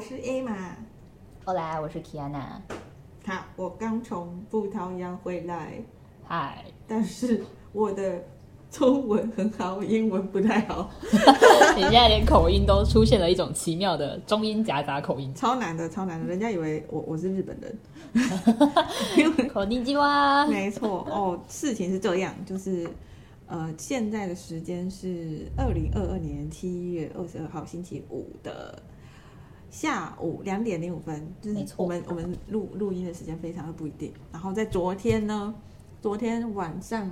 是 A 嘛。后来我是 Kiana，好，我刚从葡萄牙回来，嗨，但是我的中文很好，英文不太好， 你现在连口音都出现了一种奇妙的中英夹杂口 音。超难的，超难的。人家以为我我是日本人，口尼基哇，没错哦。事情是这样，就是呃，现在的时间是二零二二年七月二十二号星期五的下午两点零五分，就是没错我们我们录录音的时间非常的不一定。然后在昨天呢，昨天晚上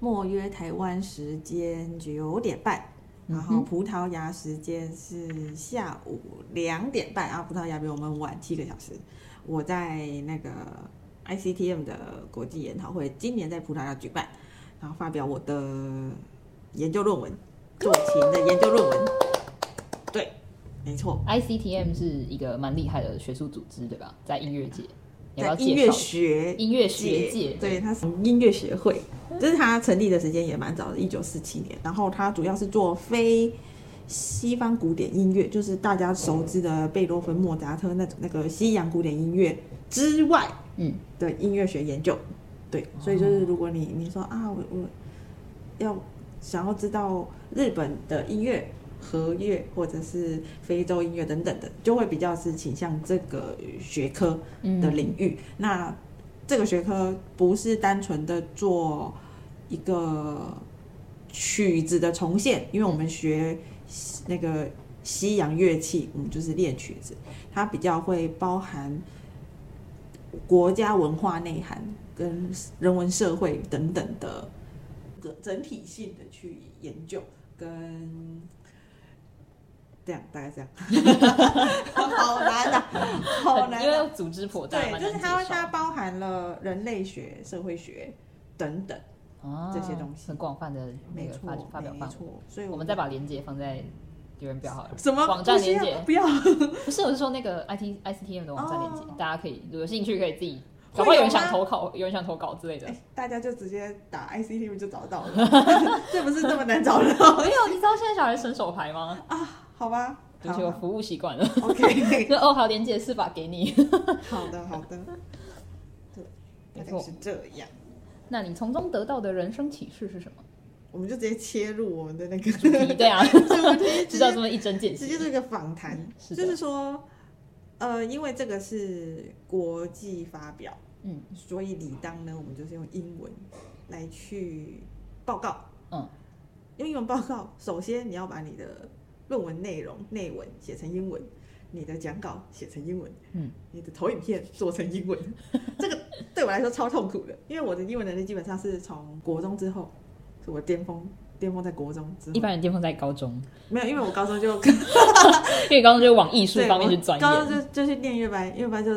莫约台湾时间九点半。然后嗯哼葡萄牙时间是下午两点半啊，葡萄牙比我们晚七个小时。我在那个 ICTM 的国际研讨会，今年在葡萄牙举办，然后发表我的研究论文，做琴的研究论文。对，没错， ，ICTM 是一个蛮厉害的学术组织，对吧？在音乐界，你在要不要音介乐绍一下学音乐学界？对，它是音乐学会，就是它成立的时间也蛮早的，一九四七年。然后它主要是做非西方古典音乐，就是大家熟知的贝多芬、莫扎特那种那个西洋古典音乐之外，嗯，的音乐学研究。对，所以就是如果你你说啊，我我要想要知道日本的音乐。和乐或者是非洲音乐等等的，就会比较是倾向这个学科。嗯的领域。那这个学科不是单纯的做一个曲子的重现，因为我们学西那个西洋乐器，我们就是练曲子，它比较会包含国家文化内涵跟人文社会等等的整整体性的去研究跟。这样大概这样， 好难啊，好难、啊很，因为组织颇大，对，蛮就是难它介绍它包含了人类学、社会学等等，啊这些东西很广泛的那没个错嗯发发表没范围。错。所以我们再把连接放在留言表好了。什么网站不需要连接不要， 不是，我是说那个 I T I C T M 的网站链接，哦大家可以如果有兴趣可以自己。会搞不好有人有吗想投稿，有人想投稿之类的。哎大家就直接打 ICT 就找到了， 这不是这么难找到没有，你知道现在小孩伸手牌吗？ 啊？好吧，对好不起，我服务习惯了。 ，OK， 就哦，好，连接是吧？给你。 好的好的，对，大概没错是这样。那你从中得到的人生启示是什 么？我们就直接切入我们的那个主 题对啊， 主题，知道这么一针见直接血。做一个访谈，嗯是的就是说，呃，因为这个是国际发表，嗯，所以理当呢，我们就是用英文来去报告，嗯，用英文报告，首先你要把你的论文内容内文写成英文，你的讲稿写成英文，嗯，你的投影片做成英 文，这个对我来说超痛苦的，因为我的英文能力基本上是从国中之后，是我巅峰。巅峰在国中之后一，般人巅峰在高中，没有，因为我高中就因为高中就往艺术对，方面去我钻高中研。就就去念乐班，乐班就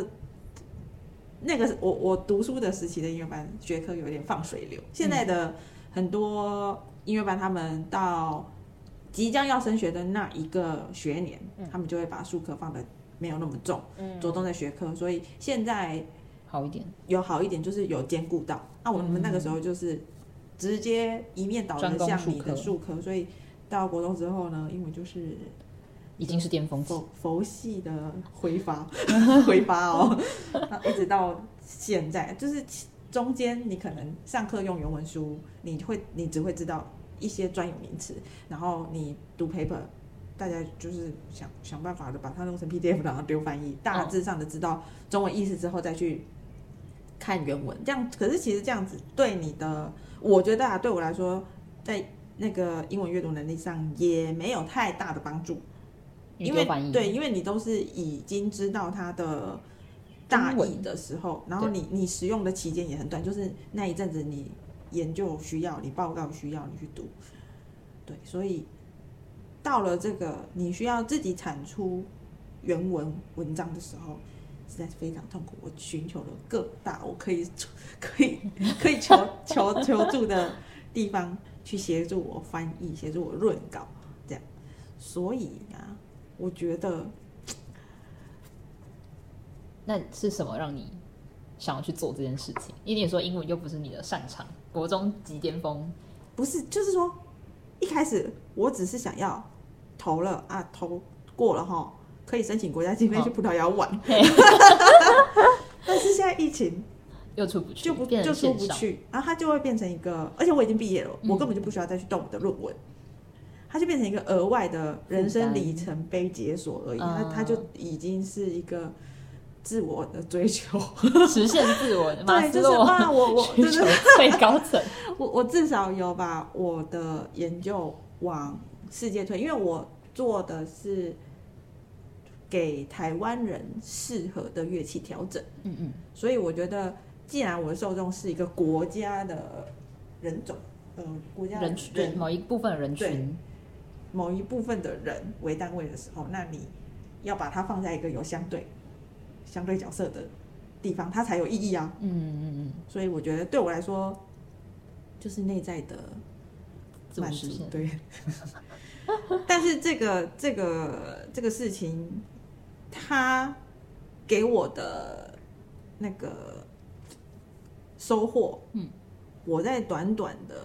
那个是我我读书的时期的音乐班学科有点放水流。现在的很多音乐班，他们到即将要升学的那一个学年，嗯他们就会把术科放的没有那么重，嗯着重在学科。所以现在好一点。有好一点就是有兼顾到。那我们那个时候就是直接一面倒专的攻向术你的科术科，所以到国中之后呢，英文就是已经是巅峰期，佛佛系的挥发， 挥发哦，那一直到现在，就是其中间你可能上课用原文书，你会你只会知道一些专有名词，然后你读 paper，大家就是想想办法的把它弄成 PDF，然后丢翻译，大致上的知道中文意思之后再去看原文，这样可是其实这样子对你的，我觉得啊，对我来说，在那个英文阅读能力上也没有太大的帮助。因因为为丢翻译对，因为你都是已经知道它的大中意文的时候，然后你你使用的期间也很短，就是那一阵子你研究需要，你报告需要，你去读，对，所以到了这个你需要自己产出原文文章的时候。实在是非常痛苦，我寻求了各大我可以出可以可以求求求助的地方去协助我翻译，协助我润稿，这样。所以啊，我觉得那是什么让你想要去做这件事情？因为你说英文又不是你的擅长，国中级巅峰，不是，就是说，一开始我只是想要投了啊，投过了哈，可可以申请国家经费去葡萄牙玩，嘿 但是现在疫情又出不去，就不变就成出线不上，去，然后它就会变成一个，而且我已经毕业了，嗯我根本就不需要再去动我的论文，它就变成一个额外的人负生担里程碑解锁而已，它嗯它就已经是一个自我的追求，实现自我，马对，斯就是洛啊，我 我需对求对，最高 层，我我至少有把我的研究往世界推，因为我做的是给台湾人适合的乐器调整。嗯嗯，所以我觉得，既然我的受众是一个国家的人种，呃，国家的人群某一部分人群，某一部分的人为单位的时候，那你要把它放在一个有相对相对角色的地方，它才有意义啊。嗯嗯嗯，所以我觉得对我来说，就是内在的自我满实足现，， 对。但是这个这个这个事情，它给我的那个收获，嗯，我在短短的，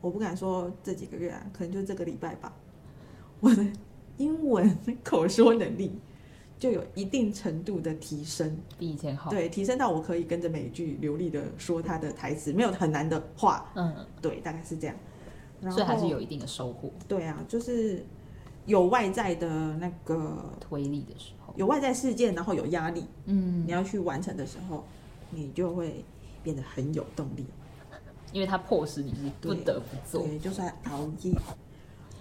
我不敢说这几个月啊，可能就这个礼拜吧，我的英文口说能力就有一定程度的提升。比以前好，对，提升到我可以跟着美剧流利的说他的台词，没有很难的话，嗯，对，大概是这样。然后所以还是有一定的收获，对啊，就是有外在的那个推力的时候，有外在事件，然后有压力，嗯你，要去完成的时候，你就会变得很有动力。因为它迫使你是不得不做，对，就算熬夜，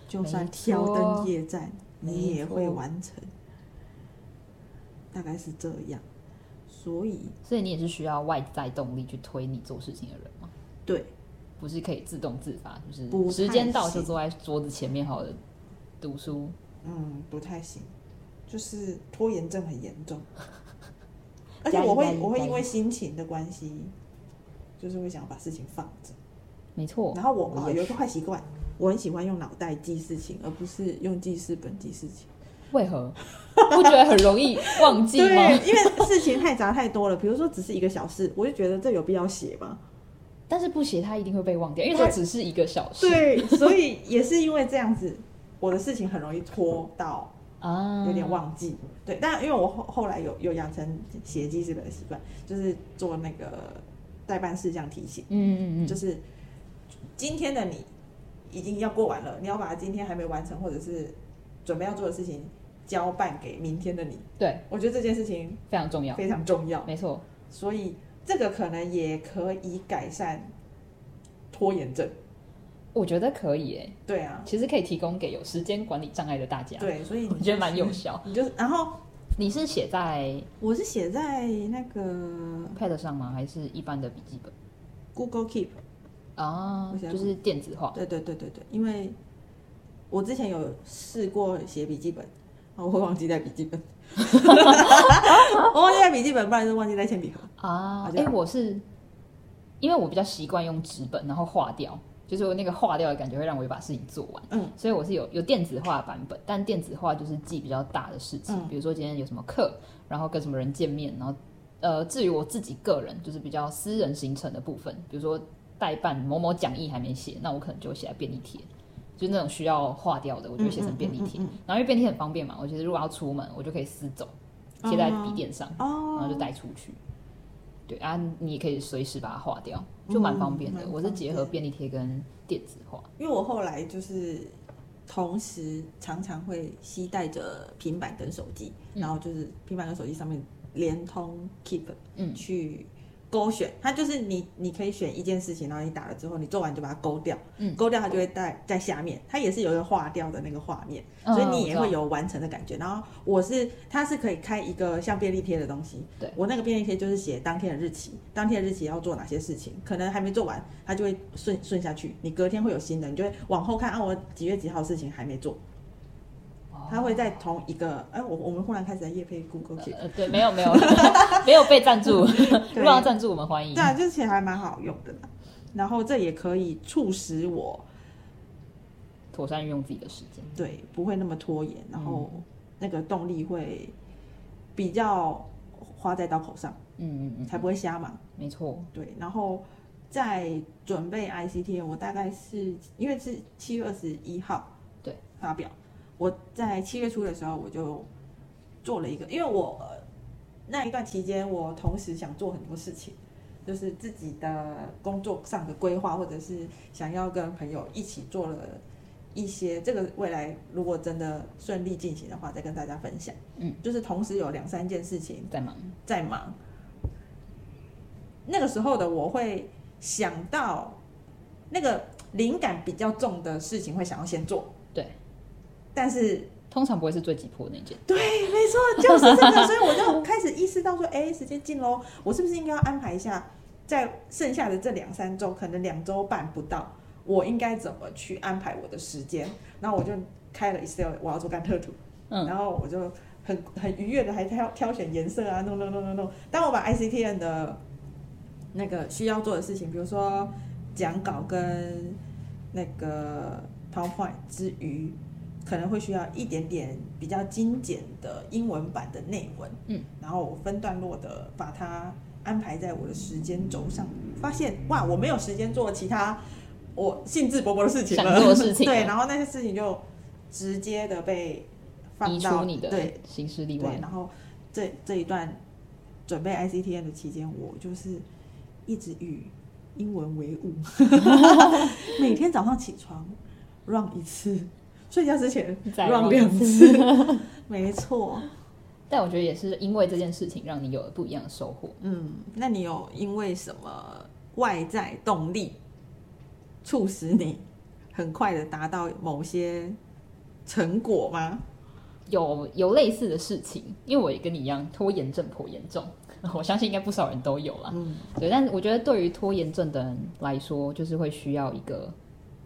就算没错挑灯夜战，你也没错会完成。大概是这样，所以所以你也是需要外在动力去推你做事情的人嘛，对不是可以自动自发，就不是太时间到就行坐在桌子前面好好的读书，嗯，不太行，就是拖延症很严 重，而且加一我加会一我会加一因为心情的关系，就是会想要把事情放着。没错，然后我啊也有一个坏习惯，我很喜欢用脑袋记事情，而不是用记事本记事情。为何不觉得很容易忘记吗？对，因为事情太杂太多了，比如说只是一个小事，我就觉得这有必要写吗？但是不写它一定会被忘掉，因为它对只是一个小时对，所以也是因为这样子，我的事情很容易拖到啊，有点。忘记。对，但因为我后后来有有养成写记事本的习惯，就是做那个代办事项提醒，嗯嗯嗯，就是今天的你已经要过完了，你要把今天还没完成或者是准备要做的事情交办给明天的你。对，我觉得这件事情非常重要，非常重要，没错，所以这个可能也可以改善拖延症。我觉得可以诶，对啊，其实可以提供给有时间管理障碍的大家，对，所以我你觉得蛮有效。你就是，然后你是写在我是写在那个 Pad 上吗？还是一般的笔记本 Google Keep。啊我？写在就是电子化，对对对对对，因为我之前有试过写笔记本，啊我会忘记带笔记 本，我忘记带笔记本，不然就忘记带铅笔盒。啊好，哎、像我是因为我比较习惯用纸本，然后划掉，就是我那个划掉的感觉会让我把事情做完。嗯，所以我是有有电子化的版本，但电子化就是记比较大的事情，嗯比如说今天有什么课，然后跟什么人见面，然后呃，至于我自己个人，就是比较私人行程的部分，比如说代办某某讲义还没写，那我可能就会写在便利贴。就是那种需要划掉 的，我就会写成便利贴。嗯嗯嗯嗯然后因为便利贴很方便嘛，我觉得如果要出门，我就可以撕走，贴在笔电上。然后哦，就带出去。对啊，你也可以随时把它划掉，就蛮方便的。嗯蛮我是结合方便利贴跟电子化，因为我后来就是同时常常会携带着平板跟手机，嗯然后就是平板跟手机上面连通 Keep 嗯去。勾选，它就是你，你可以选一件事情，然后你打了之后，你做完就把它勾掉，嗯勾掉它就会在在下面，它也是有一个划掉的那个画面，嗯所以你也会有有完成的感觉。然后我是，它是可以开一个像便利贴的东西。对我那个便利贴就是写当天的日期，当天的日期要做哪些事情，可能还没做完，它就会顺顺下去。你隔天会有新的，你就会往后看啊，我几月几号事情还没做，它会在同一个。哎、我我们忽然开始在夜配 Google 贴，哦呃，对，没有没有 没有被赞助， 如果要赞助我们欢迎对。啊，就是其实还蛮好用的啦。然后这也可以促使我妥善运用自己的时间，对，不会那么拖延，然后嗯那个动力会比较花在刀口上，嗯嗯嗯，才不会瞎忙。没错，对，然后在准备 ICT，我大概是因为是七月二十一号对发表，我在七月初的时候我就做了一个，因为我呃那一段期间，我同时想做很多事情，就是自己的工作上的规划，或者是想要跟朋友一起做了一些这个未来如果真的顺利进行的话，再跟大家分享。嗯，就是同时有两三件事情在忙，在忙。那个时候的我会想到那个灵感比较重的事情，会想要先做。对，但是 通常不会是最急迫的那件。对，没错，就是这个，所以我就开始意识到说，哎，时间近喽，我是不是应该要安排一下，在剩下的这两三周，可能两周半不到，我应该怎么去安排我的时间？然后我就开了 Excel，我要做甘特图，嗯然后我就很很愉悦的还挑挑选颜色啊，弄弄弄弄弄。当我把 ICTN 的那个需要做的事情，比如说讲稿跟那个 PowerPoint 之余，可能会需要一点点比较精简的英文版的内文，嗯，然后我分段落的把它安排在我的时间轴上，发现哇，我没有时间做其他我兴致勃勃的事情了，想做的事 情啊对，然后那些事情就直接的被放移到出你的对行事历对，外，然后这这一段准备 ICTN 的期间，我就是一直与英文为伍， 每天早上起床 run 一次，睡觉之前再 run run 两一次， 没错。但我觉得也是因为这件事情，让你有了不一样的收获。嗯，那你有因为什么外在动力促使你很快的达到某些成果吗？有有类似的事情，因为我也跟你一样，拖延症颇严重， 我相信应该不少人都有啦。嗯，对，但我觉得对于拖延症的人来说，就是会需要一个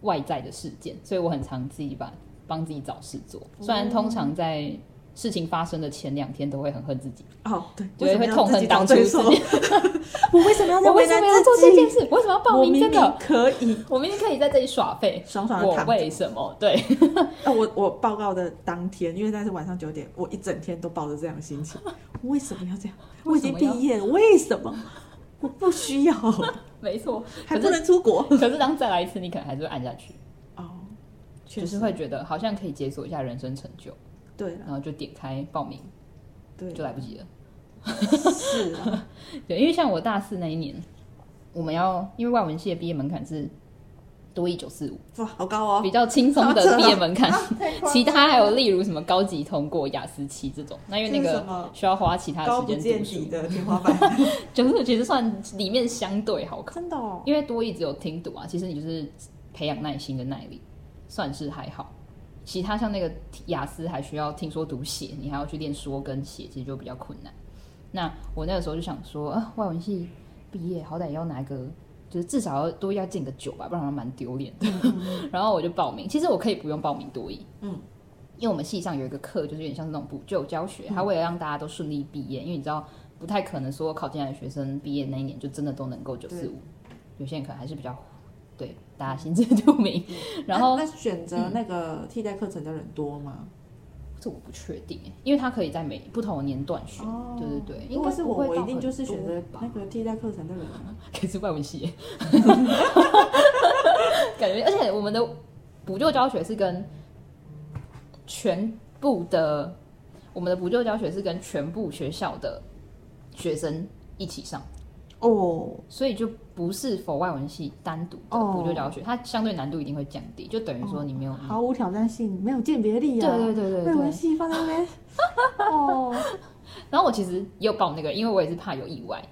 外在的事件，所以我很常自己把帮自己找事做。哦虽然通常在事情发生的前两天都会很恨自己，哦，对，对为什么会要痛恨自己找当初罪自受？ 我为什么要在我为为什难么要做自这件己？事？我为什么要报我名这明明个？可以我明明可以在这里耍废，爽爽的我躺着。为什么？对，啊，我我报告的当天，因为那是晚上九点，我一整天都抱着这样的心情。为什么要 这样？我已经为什么要毕业了，为什么？我不需 要，没错。还可不是哦能出国可是当再来一次，你可能还是会按下去，哦，确就实是会觉得好像可以解锁一下人生成就，对了然后就点开报名，对就来不及了。是 啊，对，因为像我大四那一年，我们要因为外文系的毕业门槛是多一九四五，哇，好高哦，比较轻松的毕业门槛。啊 太夸其他还有例如什么高级通过、雅思七这种，那因为那这是什个么需要花其他高不的时间见读底书，的天花 板， 就是其实算里面相对好考，真的哦，因为多一只有听读啊，其实你就是培养耐心跟耐力，算是还好。其他像那个雅思还需要听说读写，你还要去练说跟写，其实就比较困难。那我那个时候就想说，啊，外文系毕业好歹也要拿个，就是至少要多要进个九吧，不然蛮丢脸的。 然后我就报名，其实我可以不用报名多一，嗯，因为我们系上有一个课，就是有点像是那种补救教学，嗯它为了让大家都顺利毕业，因为你知道不太可能所有考进来的学生毕业那一年就真的都能够九四五，有些人可能还是比较对大家心知肚明。 然后嗯那那选择那个替代课程的人多吗？这我不确定，因为它可以在每不同的年段选，哦对对对，如应果该是不我，会我到一定很就是选多择吧那个替代课程的人啊。可是外文系耶，感觉，而且我们的补救教学是跟全部的，我们的补救教学是跟全部学校的学生一起上，哦，所以就不是否外文系单独的哦补救教学，它相对难度一定会降低，就等于说你没有，毫无挑战性，没有鉴别力对啊。哦对对对外文对。系放在那边， 哦，然后我其实也有报那个，因为我也是怕有意外，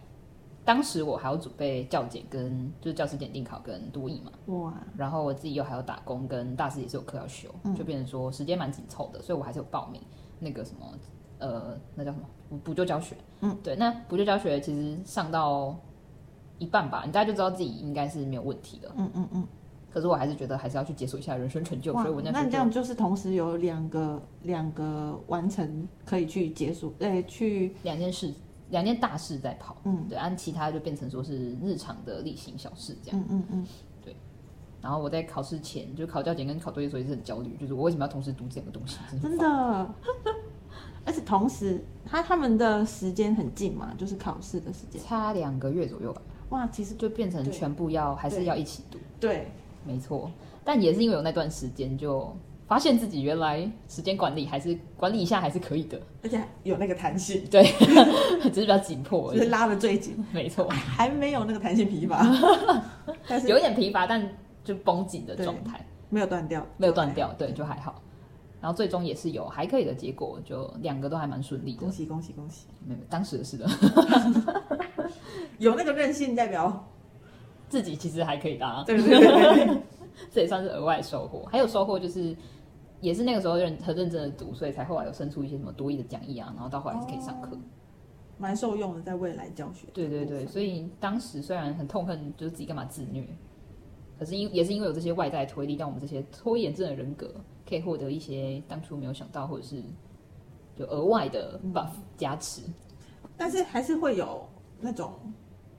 当时我还要准备教检跟就是教师检定考跟多译嘛。哇，然后我自己又还要打工，跟大四也是有课要修，嗯就变成说时间蛮紧凑的，所以我还是有报名那个什么，呃，那叫什么补补救教学，嗯，对，那补救教学其实上到一半吧，你大家就知道自己应该是没有问题的，嗯嗯嗯，可是我还是觉得还是要去解锁一下人生成就，哇所以我那那时你这候样就是同时有两个两个完成可以去解锁，哎，去就两件事，两件大事在跑，嗯对，啊按其他就变成说是日常的例行小事这样。嗯嗯嗯，然后我在考试前，就考教检跟考多业的时候也是很焦虑，就是我为什么要同时读这两个东西？真真的的。 而且同时，他他们的时间很近嘛，就是考试的时间。差两个月左右吧。哇，其实就变成对全部要还是要一起读，对，没错。但也是因为有那段时间就发现自己原来时间管理还是管理一下还是可以的， 而且有那个弹性，只是比较紧迫而就是已。拉的最紧，没错，还没有那个弹性疲 乏，但是有一点疲乏，但就绷紧的状态，没有断掉，没有断，掉，对，就还好。然后最终也是有还可以的结果，就两个都还蛮顺利的哎恭。喜恭喜恭喜！没有，当时是的，有那个韧性代表， 自己其实还可以的、啊，对对对对对， 这也算是额外收获。还有收获就是，也是那个时候认很认真的读，所以才后来有生出一些什么多义的讲义啊，然后到后来是可以上课。蛮受用的，在未来教学。对对对，，所以当时虽然很痛恨，就是自己干嘛自虐，可是因也是因为有这些外在推力，让我们这些拖延症的人格可以获得一些当初没有想到，或者是有额外的 buff 嗯加持。但是还是会有那种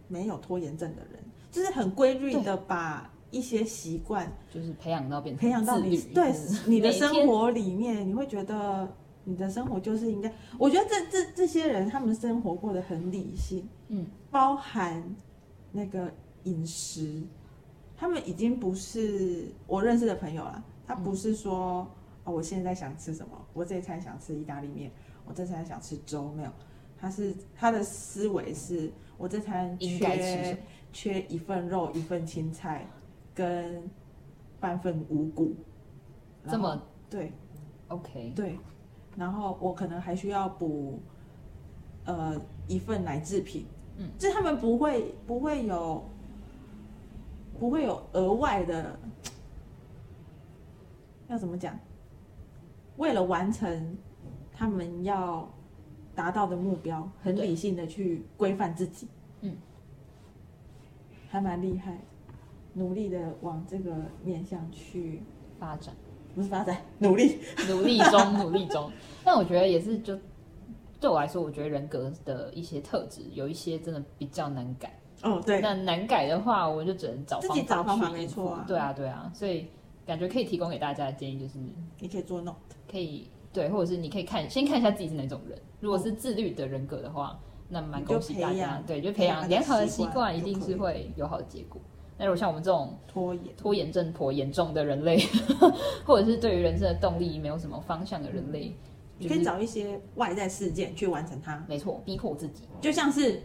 没有拖延症的人，就是很规律的把一些习惯就是培养到变成培养到自你律，对就是你的每生天活里面，你会觉得你的生活就是应该。我觉得这这这些人他们生活过得很理性，嗯，包含那个饮食，他们已经不是我认识的朋友了，他不嗯是说啊、我现在想吃什么，我这一餐想吃意大利面，我这餐想吃粥，没有。他是他的思维是，我这餐应该吃缺什么缺一份肉，一份青菜，跟半份五谷。然这后么对 OK，对，然后我可能还需要补呃一份奶制品，嗯，就是他们不会不会有不会有额外的，要怎么讲？为了完成他们要达到的目标，很对理性的去规范自己，嗯，还蛮厉害的，努力的往这个面向去，发展不是发展，努力。努力中，努力中。 但我觉得也是就。对我来说，我觉得人格的一些特质，有一些真的比较难改。哦，对，那难改的话，我就只能找自方己找方法去没应错付啊对啊，对啊，所以感觉可以提供给大家的建议就是，你可以做 note，可以对，或者是你可以看先看一下自己是哪种人。如果是自律的人格的话，那蛮恭喜大哦你就培家养，对，就培培养养那个良好的习习惯惯，一就定可以是会有好的结果。那如果像我们这种拖延，拖延症颇严重的人类， 或者是对于人生的动力没有什么方向的人类，嗯你就可以是找一些外在事件去完成它，没错，逼迫自己，就像是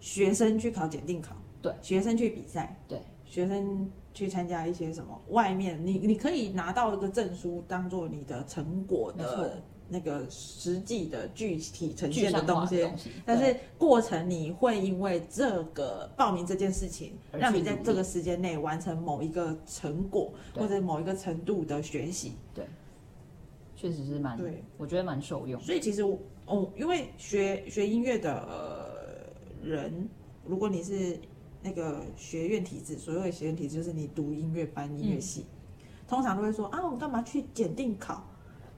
学生去考检定考，对，学生去比赛，对，学生去参加一些什么外面，你你可以拿到一个证书，当做你的成果没的错那个实际的具体呈具现的象化东的西。东西。但对是过程你会因为这个报名这件事情，而让去你在努这力个时间内完成某一个成果对或者某一个程度的学习，确实是蛮，对，我觉得蛮受用。所以其实我，哦，因为学学音乐的呃人，如果你是那个学院体制，所谓的学院体制就是你读音乐班、音乐嗯系，通常都会说啊，我干嘛去检定考？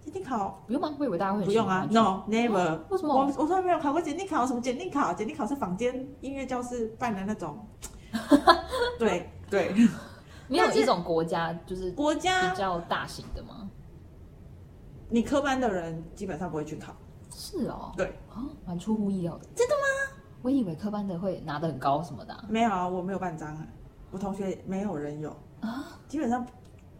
检定考不用吗？我以为大家会很不用啊喜欢，no never。为什我么？我从来没有考过检定考，什么检定考？检定考是坊间音乐教室办的那种， 对对，没有但是一种国家就是国家比较大型的吗？你科班的人基本上不会去考，是哦，对啊，蛮出乎意料的。真的吗？我以为科班的会拿得很高什么的啊、没有啊，我没有办章啊，我同学没有人有啊，基本上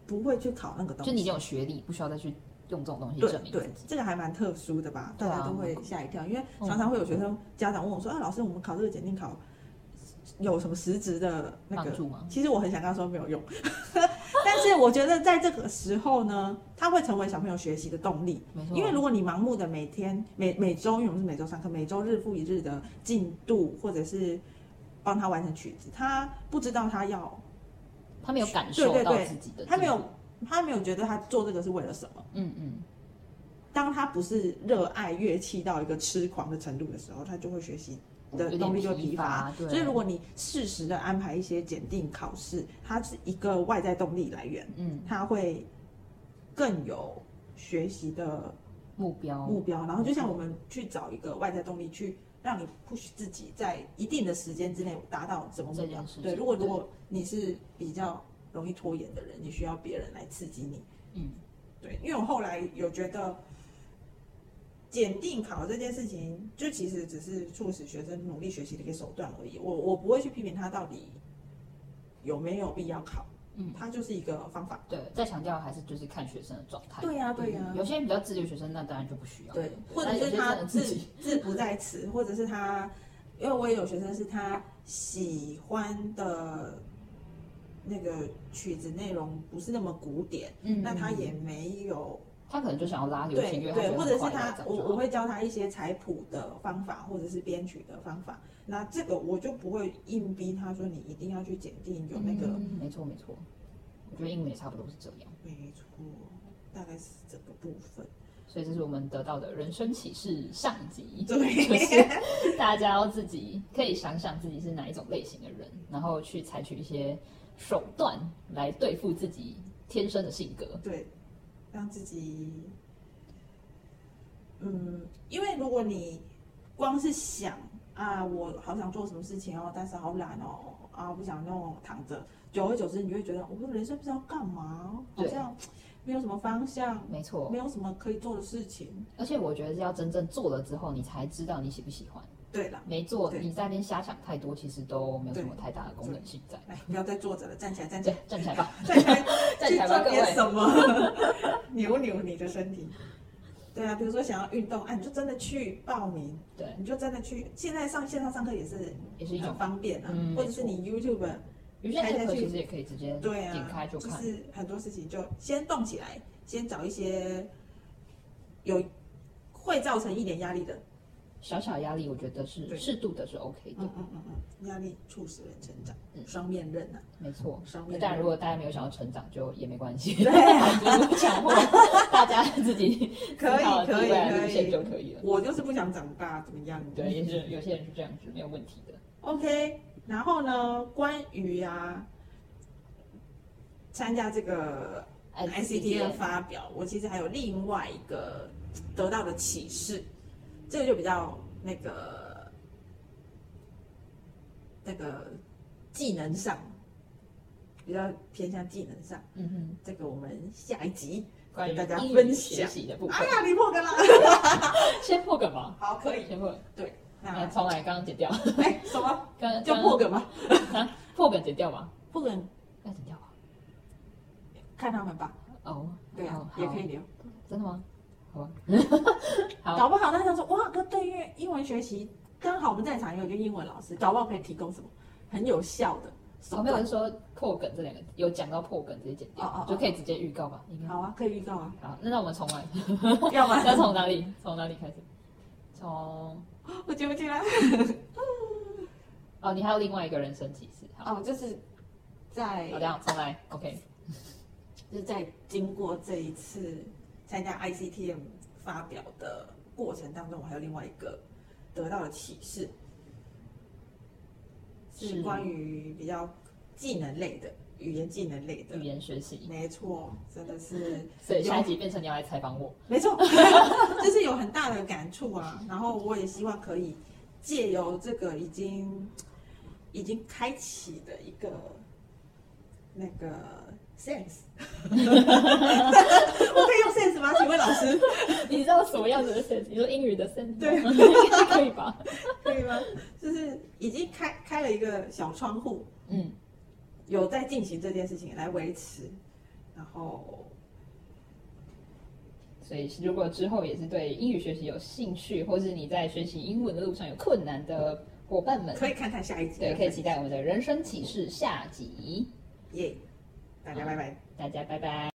不会去考那个东西。就你已经有学历，不需要再去用这种东西对证明自对己。，这个还蛮特殊的吧？大对啊家都会吓一跳，因为嗯常常会有学生家长问我说：“啊，老师，我们考这个检定考有什么实质的那帮个助吗？”？其实我很想跟他说没有用， 但是我觉得在这个时候呢，它会成为小朋友学习的动力。没错，因为如果你盲目的每天每每周，因为我们是每周上课，每周日复一日的进度，或者是帮他完成曲子，他不知道他要，他没有感对对受到对自己的进步，他没有，他没有觉得他做这个是为了什么。嗯嗯，当他不是热爱乐器到一个痴狂的程度的时候，他就会学习的有动力就点会疲乏。对，所以，如果你适时的安排一些检定考试，它是一个外在动力来源，嗯他会更有学习的目标目标，然后就像我们去找一个外在动力，去让你 push 自己在一定的时间之内达到什么目这标件事。情对，如果对如果你是比较容易拖延的人，你需要别人来刺激你。嗯，对，因为我后来有觉得，检定考这件事情，就其实只是促使学生努力学习的一个手段而已。我我不会去批评他到底有没有必要考，嗯，它就是一个方法。对，再强调还是就是看学生的状态。对呀、对呀、嗯有些人比较自律的学生，那当然就不需要。对，或者但有是些他真的志自己，志不在此，或者是他，因为我也有学生是他喜欢的那个曲子内容不是那么古典，嗯，那他也没有他可能就想要拉流对行乐，对，他或觉得者很是快乐他这样我就好我会教他一些采谱的方法，或者是编曲的方法，那这个我就不会硬逼他说你一定要去检定有那个，嗯嗯没错没错，我觉得英文也差不多是这样，没错，大概是这个部分。所以这是我们得到的人生启示上集，对 就是大家要自己可以想想自己是哪一种类型的人，然后去采取一些手段来对付自己天生的性格，对，让自己，嗯，因为如果你光是想啊，我好想做什么事情哦，但是好懒哦，啊，我不想弄，躺着，久而久之，你就会觉得我的人生不知道干嘛，哦好对像没有什么方向，没错没，有什么可以做的事情。而且我觉得是要真正做了之后，你才知道你喜不喜欢，对了，没做对你在那边瞎想太多，其实都没有什么对太大的功能性在。来，哎不要再坐着了，站起来，站起对来，，站起来吧，站起来，站去起来吧，做各点位。什么， 扭扭你的身体。对啊，比如说想要运动，啊，你就真的去报名，对，你就真的去。现在上线上上课也是也是一种很方便啊，嗯或者是你 YouTube，有些开下课去其实也可以直接对点啊开，就看。是很多事情就先动起来，先找一些有会造成一点压力的，小小压力，我觉得是对适度的是 OK 的，嗯嗯嗯嗯，压力促使人成长，嗯双面刃啊，没错。双那面当然，刃。如果大家没有想要成长，就也没关系，对就是不强迫大家自己可思考以自可己以未来的可路线就以，可以了。我就是不想长大，怎么样？对，也是有些人是这样子，没有问题的。 OK，然后呢，关于啊参加这个哎 ICT 的发表，我其实还有另外一个得到的启示，这个就比较那个那个技能上，比较偏向技能上，嗯哼，这个我们下一集关于跟大家英语分学享。习的部哎分，呀，你破梗了，先破梗吧，好，可以，先破梗。对，那那重来，刚刚剪掉，哎什么刚就破梗吧，刚啊破梗剪掉吧，破梗要剪掉吧。看他们吧，哦，对好啊，也可以，留。好真的吗？好吧，好，搞不好大家说哇哥对于英文学习，刚好我们在场有一个英文老师，搞不好可以提供什么很有效的手我没有段。是说破梗这两个字有讲到破梗直接剪掉，哦哦哦就可以直接预告吧。应该好啊，可以预告 啊，好，那让我们重来，要 不要然从哪里？从哪里开始？从我接不进来。哦，你还有另外一个人生启示。好，哦，就是在好，这样重来。OK，就是在经过这一次参加 ICTM 发表的过程当中，我还有另外一个得到的启示，是是关于比较技能类的语言技能类的语。言学习。没错，真的是。 所以下一集变成你要来采访我。没错， 就是有很大的感触啊。然后我也希望可以借由这个已经已经开启的一个那个 sense，我可以用 sense 吗？请问老师 你知道什么样子的身体？你说英语的身体？对，应该 可以吧？可以吗？就是已经开开了一个小窗户，嗯，有在进行这件事情来维持，然后所以如果之后也是对英语学习有兴趣，或是你在学习英文的路上有困难的伙伴们，可以看看下一集。对，可以期待我们的人生启示下集。耶大家拜拜。大家拜拜。